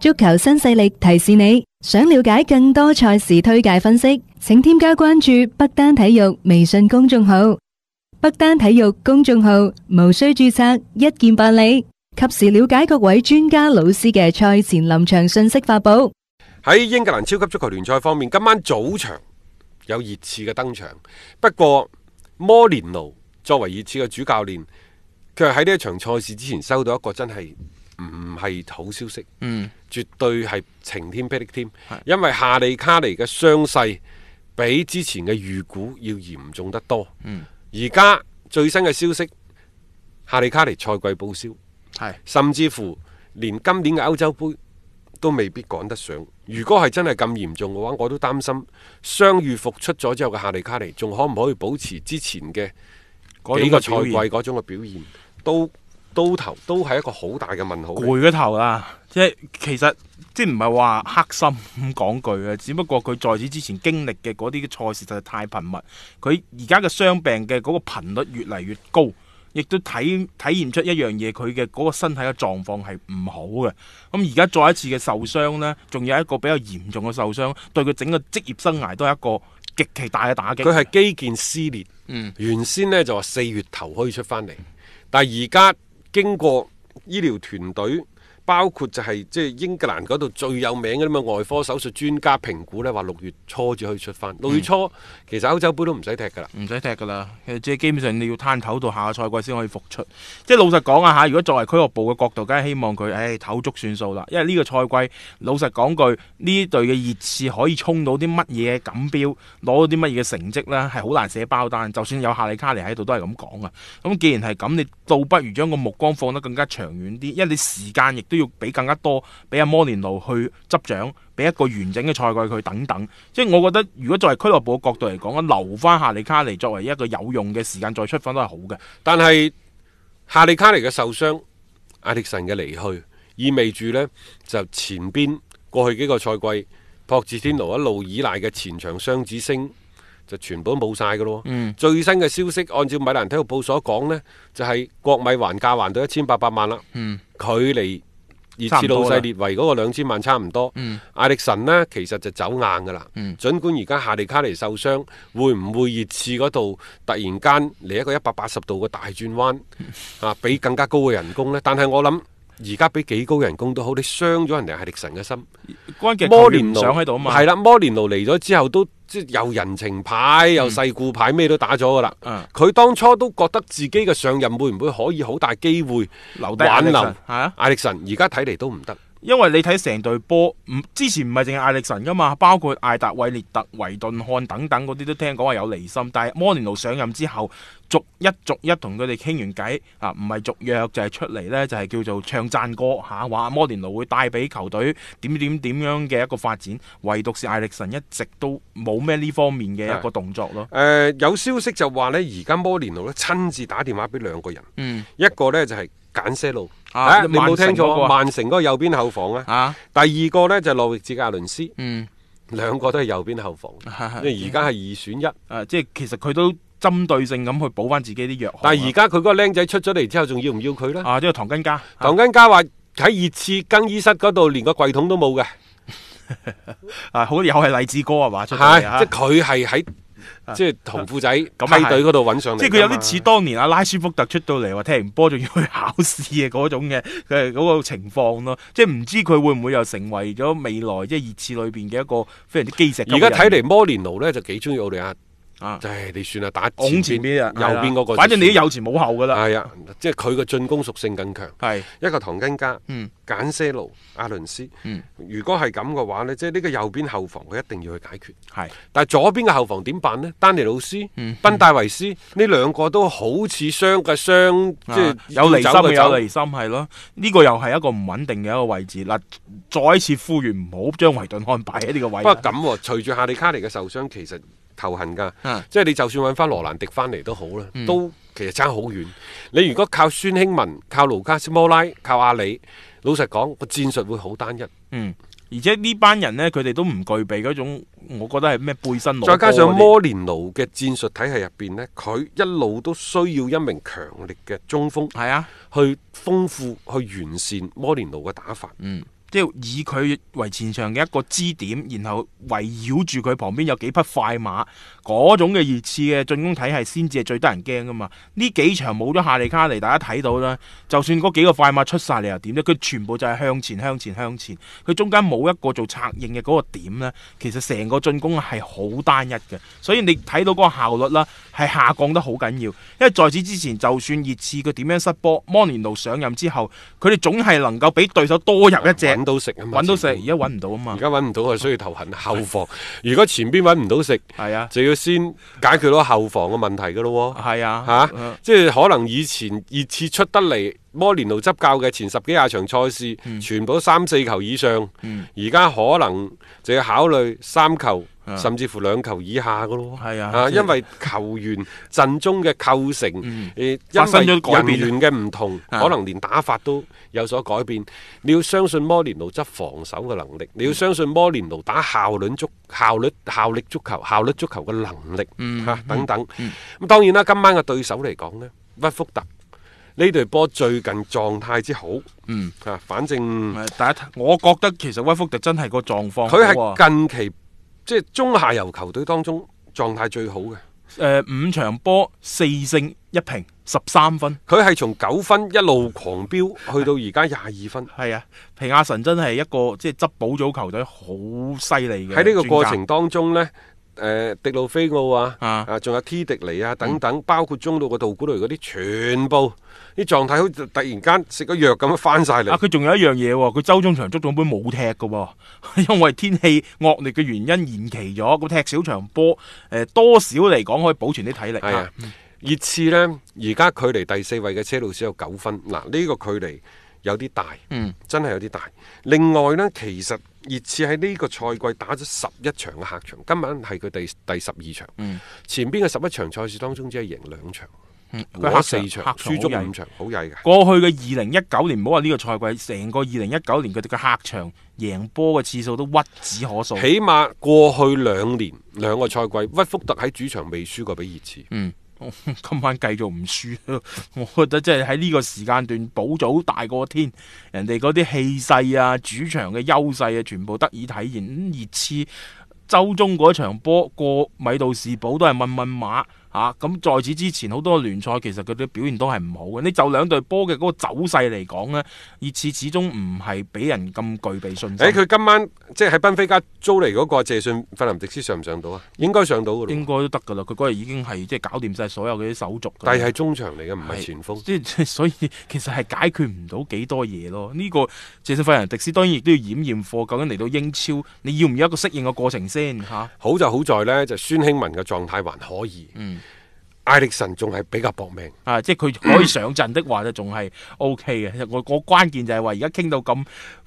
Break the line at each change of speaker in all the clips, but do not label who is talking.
足球新勢力提示你，想了解更多賽事推介分析，請添加關注北單體育微信公眾號。北單體育公眾號無需註冊，一鍵辦理，及時了解各位專家老師嘅賽前臨場信息發布。
喺英格蘭超級足球聯賽方面，今晚早場有熱刺嘅登場，不過摩連奴作為熱刺嘅主教練，佢係喺呢一場賽事之前收到一個真係唔係好消息，
嗯，
絕對係晴天霹靂添
係，
因為夏利卡尼嘅傷勢比之前嘅預估要嚴重得多。
嗯
而家最新嘅消息，夏利卡尼賽季報銷。
係
甚至乎連今年嘅歐洲杯都未必趕得上。如果係真係咁嚴重嘅話，我都擔心傷愈復出咗之後嘅夏利卡尼，仲可唔可以保持之前嘅幾個賽季嗰種嘅表現？都都頭都係一個好大嘅問號嚟。
攰咗頭啦，即係其實即係唔係話黑心咁講句嘅，只不過佢在此之前經歷嘅嗰啲賽事實在太頻密，佢而家嘅傷病嘅嗰個頻率越嚟越高，亦都體體驗出一樣嘢，佢嘅嗰個身體嘅狀況係唔好嘅。咁而家再一次嘅受傷呢，仲有一個比較嚴重嘅受傷，對佢整個職業生涯都係一個極其大嘅打擊。
佢係肌腱撕裂，
嗯
原先呢就話四月頭可以出翻嚟，但係而家經過醫療團隊，包括就係即係英格蘭嗰度最有名嘅咁嘅外科手術專家評估呢，話六月初至可以出翻。六月初、其實歐洲杯都唔使踢㗎啦。
唔使踢噶啦，誒即係基本上你要攤唞到下個賽季先可以復出。即係老實講啊嚇，如果作為俱樂部嘅角度，梗係希望佢誒唞足算數啦。因為呢個賽季老實講句，呢隊嘅熱刺可以衝到啲乜嘢錦標，攞到啲乜嘢嘅成績呢，係好難寫包單。就算有夏利卡尼喺度，都係咁講啊。咁既然係咁，你倒不如將個目光放得更加長遠啲，因為你時間亦都要俾更加多，俾阿摩連奴去執掌，俾一個完整嘅賽季佢等等。即係我覺得，如果作為俱樂部嘅角度嚟講咧，留翻夏利卡尼作為一個有用嘅時間再出翻都係好嘅。
但係夏利卡尼嘅受傷，艾力神嘅離去，意味住呢就前邊過去幾個賽季，博智天奴一路依賴嘅前場雙子星就全部都冇晒㗎咯。
嗯，
最新嘅消息，按照米蘭體育報所講呢，就係、國米還價還到一千八百萬啦，
嗯
距離熱刺老細列維嗰個兩千萬差唔多。
嗯
艾力神呢，其實就走硬噶啦。
嗯
儘管而家夏利卡尼受傷，會唔會熱刺嗰度突然間嚟一個一百八十度嘅大轉彎
嗯
啊？俾更加高嘅人工呢？但係我諗而家俾幾高人工都好，你傷咗人哋夏力神嘅心。
關鍵
摩
摩
連
連
奴
想喺度啊嘛。
係啦，摩連奴嚟咗之後都即係又人情牌又世故牌，咩都打咗噶啦。
嗯
佢當初都覺得自己嘅上任會唔會可以好大機會
留低
挽留
係啊，
艾力神，而家睇嚟都唔得。
因為你睇成隊波，唔之前唔係淨係艾力神噶嘛，包括艾達、韋列特、維頓漢等等嗰啲都聽講話有離心，但係摩連奴上任之後，逐一逐一同佢哋傾完偈啊，唔係續約就係、出嚟呢，就係、叫做唱讚歌嚇，話、摩連奴會帶俾球隊點點點樣嘅一個發展，唯獨是艾力神一直都冇咩呢方面嘅一個動作咯。
誒、有消息就話呢，而家摩連奴咧親自打電話俾兩個人，
嗯，
一個呢就係簡些路，
啊
啊你冇
曼城
聽
嗰個
錯，
啊
曼城嗰個右邊後防啊。
啊，
第二個呢就係諾域治嘅阿倫斯，
嗯，
兩個都係右邊後防，因為而家係二選一。
啊即係其實佢都針對性咁去補翻自己啲弱項啊。
但係而家佢嗰個僆仔出咗嚟之後，仲要唔要佢呢？
啊，即係唐根家。啊
唐根家話喺熱刺更衣室嗰度連個櫃桶都冇嘅，
啊，好又係勵志哥啊嘛，出到嚟
係
啊
即係佢係喺即係同褲仔
咁啊
梯隊嗰度揾上嚟㗎嘛，
即係佢有啲似當年阿啊拉舒福特出到嚟話踢完波仲要去考試嘅嗰種嘅佢係嗰個情況咯，即係唔知佢會唔會又成為咗未來即係熱刺裏邊嘅一個非常之基石。
而家睇嚟摩連奴呢就幾中意奧利亞，
啊，
唉，你算啦，打
拱前邊啊，
右邊嗰個就算，
反正你都有前冇後噶啦，
係啊，即係佢嘅進攻屬性更強。
係
一個唐根家、
嗯
簡些路、阿倫斯，
嗯
如果係咁嘅話呢，即係呢個右邊後防佢一定要去解決。
係
但係左邊嘅後防點辦呢？丹尼老斯、
嗯
賓戴維斯呢兩個都好似傷嘅傷，即係
啊有離心
要走
嘅
嘅
有
走
離心係咯，呢個又係一個唔穩定嘅一個位置。嗱，再一次呼籲唔好將維頓漢擺喺呢個位
不
啦。
過咁喎，隨住夏利卡尼嘅受傷，其實頭痕㗎。
啊
即係你就算揾翻羅蘭迪翻嚟都好啦，
嗯
都其實爭好遠。你如果靠孫興文、靠盧卡斯摩拉、靠阿里，老實講個戰術會好單一。
嗯，而且呢班人呢，佢哋都唔具備嗰種，我覺得係咩背身攞
再加
波
上
嗰啲
摩連奴嘅戰術體系入邊呢，佢一路都需要一名強力嘅中鋒
係啊，
去豐富、去完善摩連奴嘅打法。
嗯，即係以佢為前場嘅一個支點，然後圍繞住佢旁邊有幾匹快馬，嗰種嘅熱刺嘅進攻體系先至係最得人驚噶嘛。呢幾場冇咗夏利卡尼，大家睇到啦，就算嗰幾個快馬出晒嚟又點啫？佢全部就係向前、向前、向前，佢中間冇一個做策應嘅嗰個點呢，其實成個進攻係好單一嘅，所以你睇到嗰個效率啦，係下降得好緊要。因為在此之前，就算熱刺佢點樣失波，摩連奴上任之後，佢哋總係能夠俾對手多入一隻，
揾到食啊嘛，
揾到食，而
前邊
家揾唔到啊嘛
而，家揾唔到啊，需要頭痕後防。如果前邊揾唔到食，
係啊，
就要先解決咗後防嘅問題噶咯喎。
係啊，
吓、即係可能以前熱刺出得嚟摩連奴執教嘅前十幾廿場賽事，全部都三四球以上，
嗯
而家、可能就要考慮三球。
啊
甚至乎兩球以下嘅咯，
係啊即係
因為球員陣中嘅構成，誒、
嗯發生咗改
因為
變
人員嘅唔同，
啊
可能連打法都有所改變。你要相信摩連奴執防守嘅能力，
嗯
你要相信摩連奴打效率足效率效力足球效率足球嘅能力。
嗯
嚇等等。咁、
嗯
當然啦，今晚嘅對手嚟講呢，屈福特呢隊波最近狀態之好
嗯，
嚇、反正
咪大家睇我覺得其實威福特真係個狀況好
佢
啊，
係近期即係中下游球隊當中狀態最好嘅。
誒五場波四勝一平十三分。
佢係從九分一路狂飆去到而家廿二分。
系啊，皮亞神真係一個即係執保組球隊好犀利嘅。
喺呢個過程，當中呢，誒、迪路菲奧啊，
啊
啊，仲有 T 迪尼啊等等，包括中路嘅道古雷嗰啲，全部啲狀態好似突然間食咗藥咁樣翻晒
啊
嚟。
佢仲有一樣嘢喎，佢周中場足總杯冇踢嘅喎，因 為天氣惡劣嘅原因延期咗，咁踢少場波，誒、多少嚟講可以保存啲體力。
係啊，熱刺呢，而家距離第四位嘅車路士有九分，嗱呢、個距離有啲大，
嗯
真係有啲大。另外呢，其實熱刺喺呢個賽季打咗十一場嘅客場，今晚係佢第第十二場，
嗯
前邊嘅十一場賽事當中只係贏兩場，
嗯，佢
和四場，
客
輸足
好
五
曳
場，好曳嘅。
過去嘅二零一九年，唔好話呢個賽季，成個二零一九年佢哋嘅客場贏波嘅次數都屈指可數。
起碼過去兩年兩個賽季，屈福特喺主場未輸過俾熱刺。
嗯，今晚繼續唔輸， 我覺得即係喺呢個時間段，保組大過天，人哋嗰啲氣勢啊、主場嘅優勢啊，全部得以體現。咁熱刺周中嗰場波過米杜士堡都係問問馬啊，咁在此之前好多聯賽其實佢哋表現都係唔好嘅。你就兩隊波嘅嗰個走勢嚟講呢，熱刺始終唔係俾人咁具備信心。
誒，佢今晚即係喺賓菲加租嚟嗰個謝信費林迪斯上唔上到啊？應該上到噶
應
咯，
該都得㗎啦，佢嗰日已經係即係搞掂晒所有嗰啲手續㗎啦。
但係係中場嚟嘅，唔係前鋒。
即係所以其實係解決唔到幾多嘢咯。呢、個謝斯費人迪斯當然亦都要檢驗貨，究竟嚟到英超你要唔要一個適應嘅過程先吓、
好就好在呢，就孫興文嘅狀態還可以，
嗯，
艾力神仲係比較搏 命。
啊，即係佢可以上陣的話就仲係 O K 嘅。我我關鍵就係話而家傾到咁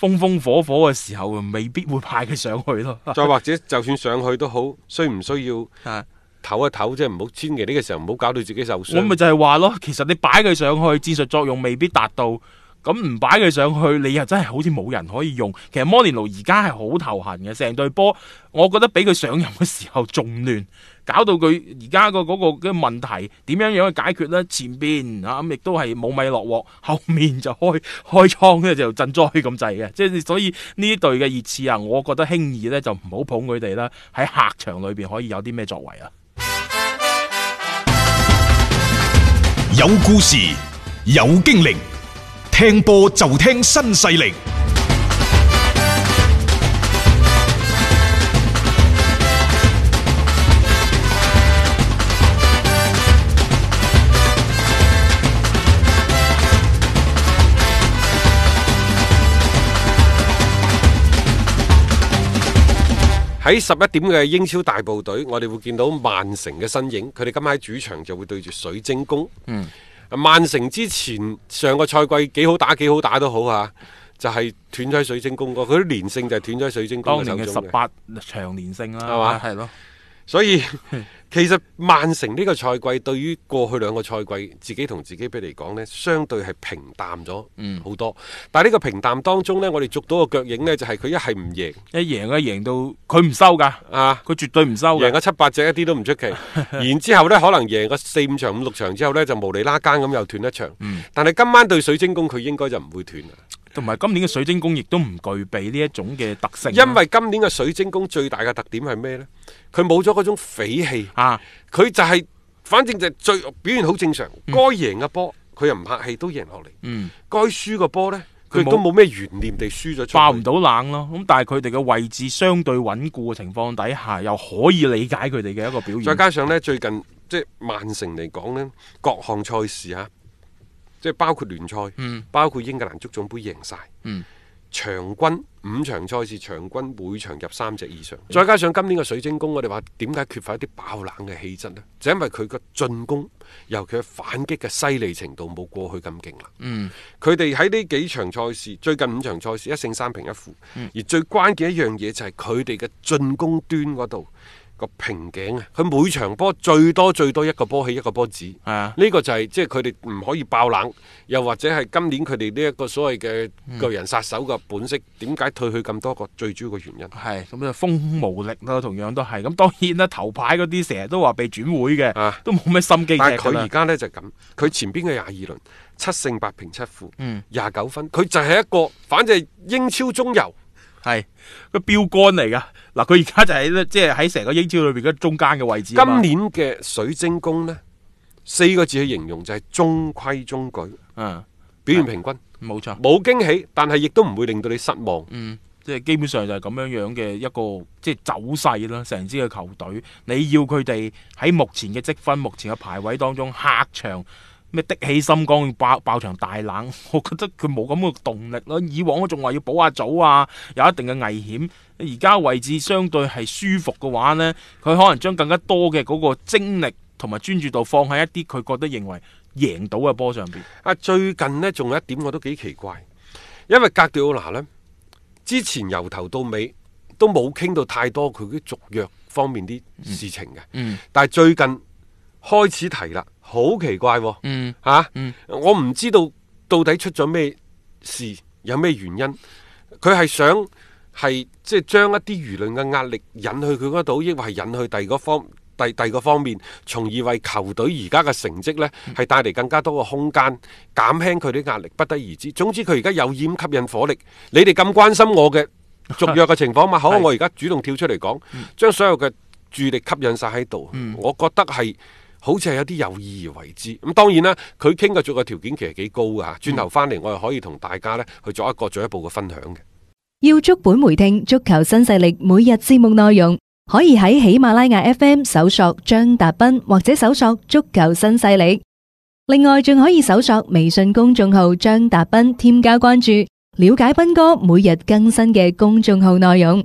風風火火嘅時候，未必會派佢上去咯。
再或者就算上去都好，需唔需要唞
啊
一唞啫？唔好千祈呢個時候唔好搞到自己受
我咪
傷。
就係話咯，其實你擺佢上去，戰術作用未必達到。咁唔擺佢上去，你又真係好似冇人可以用。其實摩連奴而家係好頭痕嘅，成隊波，我覺得俾佢上任嘅時候仲亂，搞到佢而家個嗰個嘅問題點樣樣去解決呢？前邊啊咁亦都係冇米落鑊，後面就開 開倉咧就震災咁滯嘅。即係所以呢隊嘅熱刺啊，我覺得輕易呢就唔好捧佢哋啦，喺客場裏邊可以有啲咩作為啊？
有故事，有經歷，聽波就聽新勢力。
喺十一點嘅英超大部隊，我哋會見到曼城嘅身影。佢哋今晚喺主場就會對住水晶宮。
嗯。
曼城之前上個賽季幾好打幾好打都好啊，就係斷咗喺水晶宮嗰，佢啲連勝就係斷咗喺水晶
當
宮
年
嘅
嘅
手
十
中嘅。
八長連勝啦，
係嘛
係咯，
所 以其實曼城呢個賽季對於過去兩個賽季自己同自己比嚟講呢，相對係平淡咗
嗯
好多。但係呢個平淡當中呢，我哋捉到個腳影呢，就係佢一係唔贏
一贏一贏到佢唔收㗎，
啊。
佢絕對唔收
贏
㗎。
咗七八隻一啲都唔出奇， 然之後呢，可能贏個四五場五
嗯
六場之後呢，就無厘啦更咁又斷一場。但係今晚對水晶宮佢應該就唔會斷啦。啊
同埋今年嘅水晶宮亦都唔具備呢一種嘅特性啊啦。
因為今年嘅水晶宮最大嘅特點係咩呢？佢冇咗嗰種匪氣，
啊，
佢就係、反正就係最表現好正常，該贏嘅波佢又唔客氣都贏落嚟，
嗯，
該輸嘅波呢，佢
佢
亦
冇
都冇咩懸念地輸咗出去
爆唔到冷咯。咁但係佢哋嘅位置相對穩固嘅情況底下，又可以理解佢哋嘅一個表
再
現。
加上呢，最近即係曼城嚟講呢，各項賽事啊，即係包括聯賽，
嗯
包括英格蘭足總杯贏晒，
嗯
場均五場賽事，場均每場入三隻以上。
嗯
再加上今年嘅水晶宮，我哋話點解缺乏一啲爆冷嘅氣質呢？就因為佢個進攻，尤其係反擊嘅犀利程度冇過去咁勁啦。
嗯，
佢哋喺呢幾場賽事，最近五場賽事一勝三平一負，
嗯
而最關鍵一樣嘢就係佢哋嘅進攻端嗰度個瓶頸啊！佢每場波最多最多一個波起一個波止，
係啊。
呢個就係即係佢哋唔可以爆冷，又或者係今年佢哋呢一個所謂嘅
嗯
巨人殺手嘅本色，點解退去咁多個最主要嘅原因？
係咁就風無力啦，同樣都係咁。當然啦，頭牌嗰啲成日都話被轉會嘅，
啊
都冇咩心機
但係
嘅
佢而家呢就係咁，佢前邊嘅廿二輪七勝八平七負，
嗯
廿九分，佢就係一個反正係英超中游。
係個標杆嚟噶。嗱，佢而家就喺即係喺成個英超裏邊嘅中間嘅位置啊嘛。
今年嘅水晶宮呢，四個字去形容就係中規中矩，
嗯，
表現平均，
冇錯。
冇驚喜，但係亦都唔會令到你失望。
嗯，即係基本上就係咁樣樣嘅一個即係走勢啦，成支嘅球隊，你要佢哋喺目前嘅積分、目前嘅排位當中客場。咩的起心肝爆爆場大冷， 我覺得佢冇咁嘅動力咯。以往我仲話要保下組啊，有一定嘅危險。而家位置相對係舒服嘅話呢，佢可能將更加多嘅嗰個精力同埋專注度放喺一啲佢覺得認為贏到嘅波上邊。
啊，最近呢，仲有一點我都幾奇怪，因為格迪奧拿呢，之前由頭到尾都冇傾到太多佢啲續約方面啲事情嘅，
嗯
但係最近開始提啦，好奇怪喎、
嗯
吓、
嗯
我唔知道到底出咗咩事，有咩原因？佢係想係即係將一啲輿論嘅壓力引去佢嗰度，抑或係引去第二個方第第二個方面，從而為球隊而家嘅成績呢係帶嚟更加多嘅空間，減輕佢啲壓力，不得而知。總之佢而家有意咁吸引火力，你哋咁關心我嘅續約嘅情況嘛，好，
係
我而家主動跳出嚟講，將所有嘅注意力吸引晒喺度，我覺得係。好似係有啲有意而為之，咁當然啦，佢傾嘅續約條件其實幾高㗎嚇，轉頭翻嚟我哋可以同大家呢去做一個進一步嘅分享嘅。
要足本回聽足球新勢力每日節目內容，可以喺喜馬拉雅 FM 搜索張達斌或者搜索足球新勢力。另外，仲可以搜索微信公眾號張達斌，添加關注，了解斌哥每日更新嘅公眾號內容。